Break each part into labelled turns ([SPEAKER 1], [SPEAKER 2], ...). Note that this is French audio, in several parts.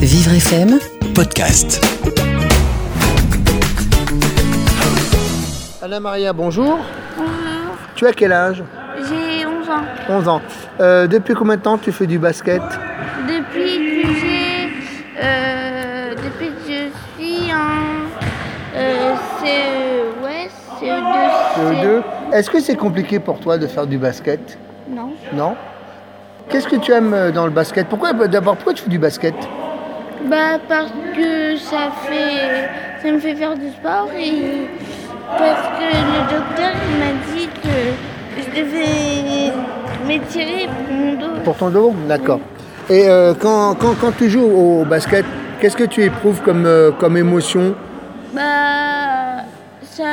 [SPEAKER 1] Vivre FM,
[SPEAKER 2] Podcast.
[SPEAKER 3] Alain Maria, bonjour. Tu as quel âge
[SPEAKER 4] J'ai 11 ans.
[SPEAKER 3] 11 ans. Euh, depuis combien de temps tu fais du basket
[SPEAKER 4] Depuis que j'ai. euh, depuis que je suis en. Euh, CE, ouais, E CE2.
[SPEAKER 3] CE2. Euh, Est-ce que c'est compliqué pour toi de faire du basket
[SPEAKER 4] E Non.
[SPEAKER 3] Non Qu'est-ce que tu aimes euh, dans le basket Pourquoi bah, d'abord pourquoi tu fais du basket
[SPEAKER 4] Bah, parce que ça fait. Ça me fait faire du sport et. Parce que le docteur il m'a dit que je devais m'étirer pour mon dos.
[SPEAKER 3] Pour ton dos D'accord. Et euh, quand, quand- quand tu joues au basket, qu'est-ce que tu éprouves comme, euh, comme émotion
[SPEAKER 4] Bah. Ça,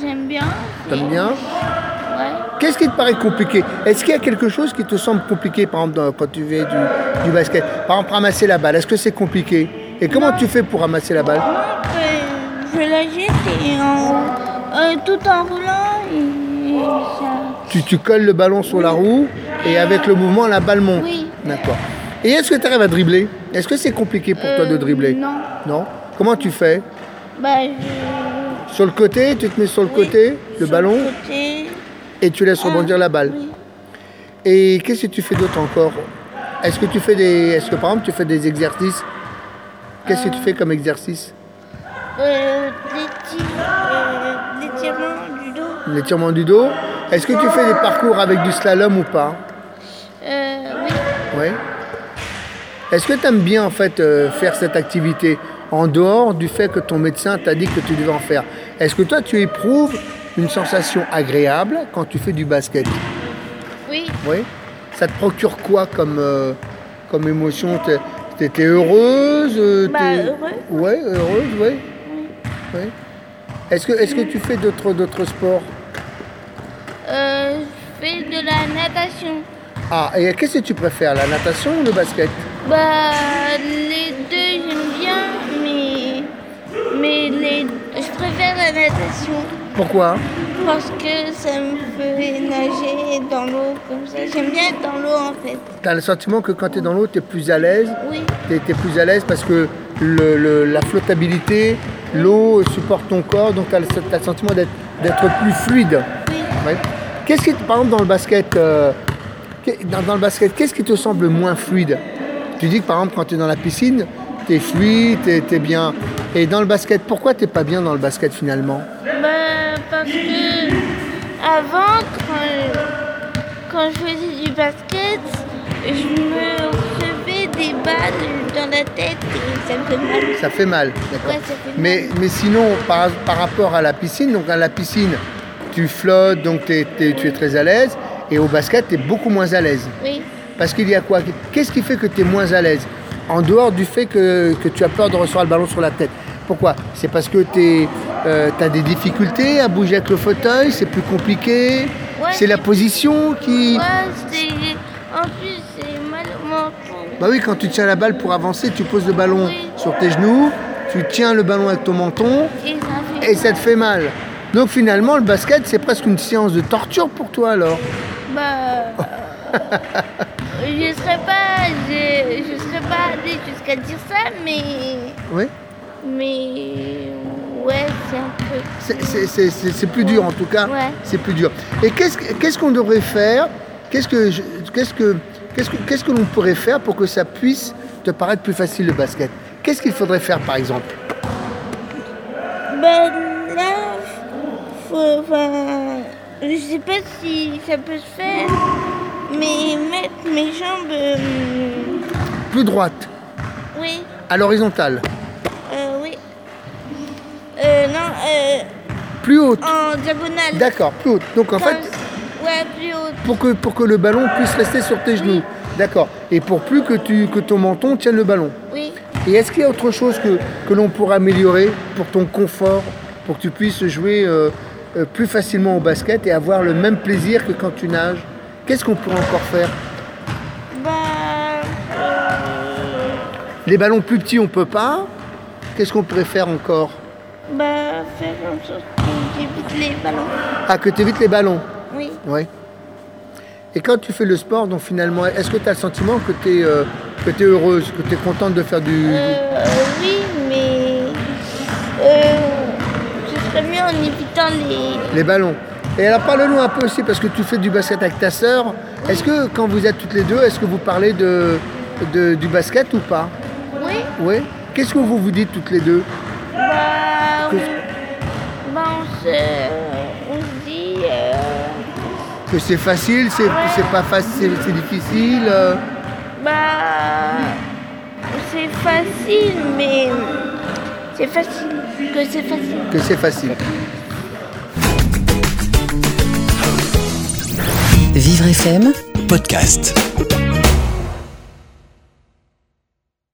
[SPEAKER 4] j'aime bien.
[SPEAKER 3] T'aimes bien
[SPEAKER 4] Ouais.
[SPEAKER 3] Qu'est-ce qui te paraît compliqué Est-ce qu'il y a quelque chose qui te semble compliqué, par exemple, dans- quand tu fais du, du basket Par exemple, ramasser la balle, est-ce que c'est compliqué Et comment tu fais pour ramasser la balle
[SPEAKER 4] Euh, Je la jette et en, euh, tout en roulant et ça.
[SPEAKER 3] Tu, tu colles le ballon sur la roue et avec le mouvement, la balle monte.
[SPEAKER 4] Oui.
[SPEAKER 3] D'accord. Et est-ce que tu arrives à dribbler Est-ce que c'est compliqué pour toi de
[SPEAKER 4] Euh,
[SPEAKER 3] dribbler
[SPEAKER 4] non.
[SPEAKER 3] Non Comment tu fais
[SPEAKER 4] Bah, je.
[SPEAKER 3] Sur le côté, tu te mets sur le côté, le
[SPEAKER 4] sur
[SPEAKER 3] ballon,
[SPEAKER 4] côté.
[SPEAKER 3] et tu laisses rebondir la balle.
[SPEAKER 4] Oui.
[SPEAKER 3] Et qu'est-ce que tu fais d'autre encore Est-ce que tu fais des. Est-ce que par exemple tu fais des exercices Qu'est-ce que tu fais comme exercice
[SPEAKER 4] Euh, l'étirement euh, l'étirement du dos.
[SPEAKER 3] L'étirement du dos. Est-ce que tu fais des parcours avec du slalom ou pas
[SPEAKER 4] Euh, oui.
[SPEAKER 3] Oui. Est-ce que tu aimes bien en fait euh, faire cette activité en dehors du fait que ton médecin t'a dit que tu devais en faire Est-ce que toi tu éprouves une sensation agréable quand tu fais du basket
[SPEAKER 4] Oui.
[SPEAKER 3] Oui. Ça te procure quoi comme, euh, comme émotion T'es- T'es t'es heureuse euh,
[SPEAKER 4] Bah,
[SPEAKER 3] t'es-
[SPEAKER 4] heureux.
[SPEAKER 3] Ouais, heureuse, oui. Ouais. Est-ce que, est que tu fais d'autres d'autres sports
[SPEAKER 4] Euh, je fais de la natation.
[SPEAKER 3] Ah, et qu'est-ce que tu préfères, la natation ou le basket
[SPEAKER 4] Bah, les deux, j'aime bien, mais. Mais les... je préfère la natation.
[SPEAKER 3] Pourquoi
[SPEAKER 4] Parce que ça me fait nager dans l'eau comme ça. J'aime bien être dans l'eau en fait.
[SPEAKER 3] T'as le sentiment que quand t'es dans l'eau, t'es plus à l'aise
[SPEAKER 4] Oui,
[SPEAKER 3] T'es t'es plus à l'aise parce que le- le- la flottabilité, l'eau supporte ton corps, donc t'as le, t'as le sentiment d'être- d'être plus fluide.
[SPEAKER 4] oui.
[SPEAKER 3] Ouais. Qu'est-ce qui, te- par exemple, dans le basket, euh, qu'est- dans, dans le basket, qu'est-ce qui te semble moins fluide Tu dis que par exemple, quand tu es dans la piscine, t'es fluide, t'es es bien. Et dans le basket, pourquoi t'es pas bien dans le basket finalement
[SPEAKER 4] Bah, parce que avant, quand, quand je faisais du basket, je me recevais des balles dans la tête et ça me fait mal.
[SPEAKER 3] Ça fait mal, d'accord.
[SPEAKER 4] Ouais, ça fait mal.
[SPEAKER 3] mais, mais sinon, par, par rapport à la piscine, donc à la piscine, tu flottes, donc t'es- t'es- tu es très à l'aise, et au basket, tu es beaucoup moins à l'aise.
[SPEAKER 4] Oui,
[SPEAKER 3] Parce qu'il y a quoi Qu'est-ce qui fait que tu es moins à l'aise En dehors du fait que, que tu as peur de recevoir le ballon sur la tête. Pourquoi C'est parce que tu as des difficultés à bouger avec le fauteuil, c'est plus compliqué,
[SPEAKER 4] Ouais,
[SPEAKER 3] c'est la
[SPEAKER 4] c'est-
[SPEAKER 3] position qui...
[SPEAKER 4] ouais, c'est. En plus, c'est mal au menton.
[SPEAKER 3] Bah oui, quand tu tiens la balle pour avancer, tu poses le ballon
[SPEAKER 4] Oui.
[SPEAKER 3] sur tes genoux, tu tiens le ballon avec ton menton,
[SPEAKER 4] Et ça fait.
[SPEAKER 3] et ça te fait mal. Donc finalement, le basket, c'est presque une séance de torture pour toi alors.
[SPEAKER 4] Bah. euh, je serais pas. Je, je serais pas allée jusqu'à dire ça, mais.
[SPEAKER 3] Oui
[SPEAKER 4] Mais ouais, c'est un peu.
[SPEAKER 3] C'est- c'est- C'est c'est- c'est plus dur en tout cas.
[SPEAKER 4] Ouais.
[SPEAKER 3] C'est plus dur. Et qu'est-ce que- qu'est-ce qu'on devrait faire Qu'est-ce que je- qu'est-ce que qu'est-ce que qu'est-ce que l'on pourrait faire pour que ça puisse te paraître plus facile le basket Qu'est-ce qu'il faudrait faire par exemple
[SPEAKER 4] Ben là, faut. Enfin, je sais pas si ça peut se faire, mais mettre mes jambes. euh,
[SPEAKER 3] Plus droite,
[SPEAKER 4] oui,
[SPEAKER 3] à l'horizontale,
[SPEAKER 4] euh, oui. Euh, non, euh,
[SPEAKER 3] plus haute.
[SPEAKER 4] en diagonale.
[SPEAKER 3] D'accord, plus haute. Donc en fait,
[SPEAKER 4] Comme- Ouais, plus haut.
[SPEAKER 3] pour que pour que le ballon puisse rester sur tes genoux. D'accord. Et pour plus que tu que ton menton tienne le ballon.
[SPEAKER 4] Oui.
[SPEAKER 3] Et est-ce qu'il y a autre chose que, que l'on pourrait améliorer pour ton confort, pour que tu puisses jouer euh, euh, plus facilement au basket et avoir le même plaisir que quand tu nages Qu'est-ce qu'on pourrait encore faire
[SPEAKER 4] Bah.
[SPEAKER 3] Les ballons plus petits, on peut pas. Qu'est-ce qu'on pourrait faire encore
[SPEAKER 4] Bah, faire en sorte que j'évite les ballons.
[SPEAKER 3] Ah, que tu évites les ballons.
[SPEAKER 4] Oui.
[SPEAKER 3] Oui. Et quand tu fais le sport, donc finalement, est-ce que tu as le sentiment que tu es que tu es heureuse, que tu es contente de faire du.
[SPEAKER 4] Euh, oui, mais euh, ce serait mieux en évitant les.
[SPEAKER 3] les ballons. Et alors parle-nous un peu aussi, parce que tu fais du basket avec ta sœur. Est-ce que quand vous êtes toutes les deux, est-ce que vous parlez de, de- du basket ou pas
[SPEAKER 4] Oui,
[SPEAKER 3] Oui. Qu'est-ce que vous vous dites toutes les deux
[SPEAKER 4] bah,
[SPEAKER 3] Que-
[SPEAKER 4] on, bah, on se, on se dit. euh,
[SPEAKER 3] Que c'est facile, c'est c'est pas facile, c'est difficile euh,
[SPEAKER 4] bah, c'est facile, mais. C'est facile. Que c'est facile.
[SPEAKER 3] Que c'est facile.
[SPEAKER 1] Vivre FM
[SPEAKER 2] podcast.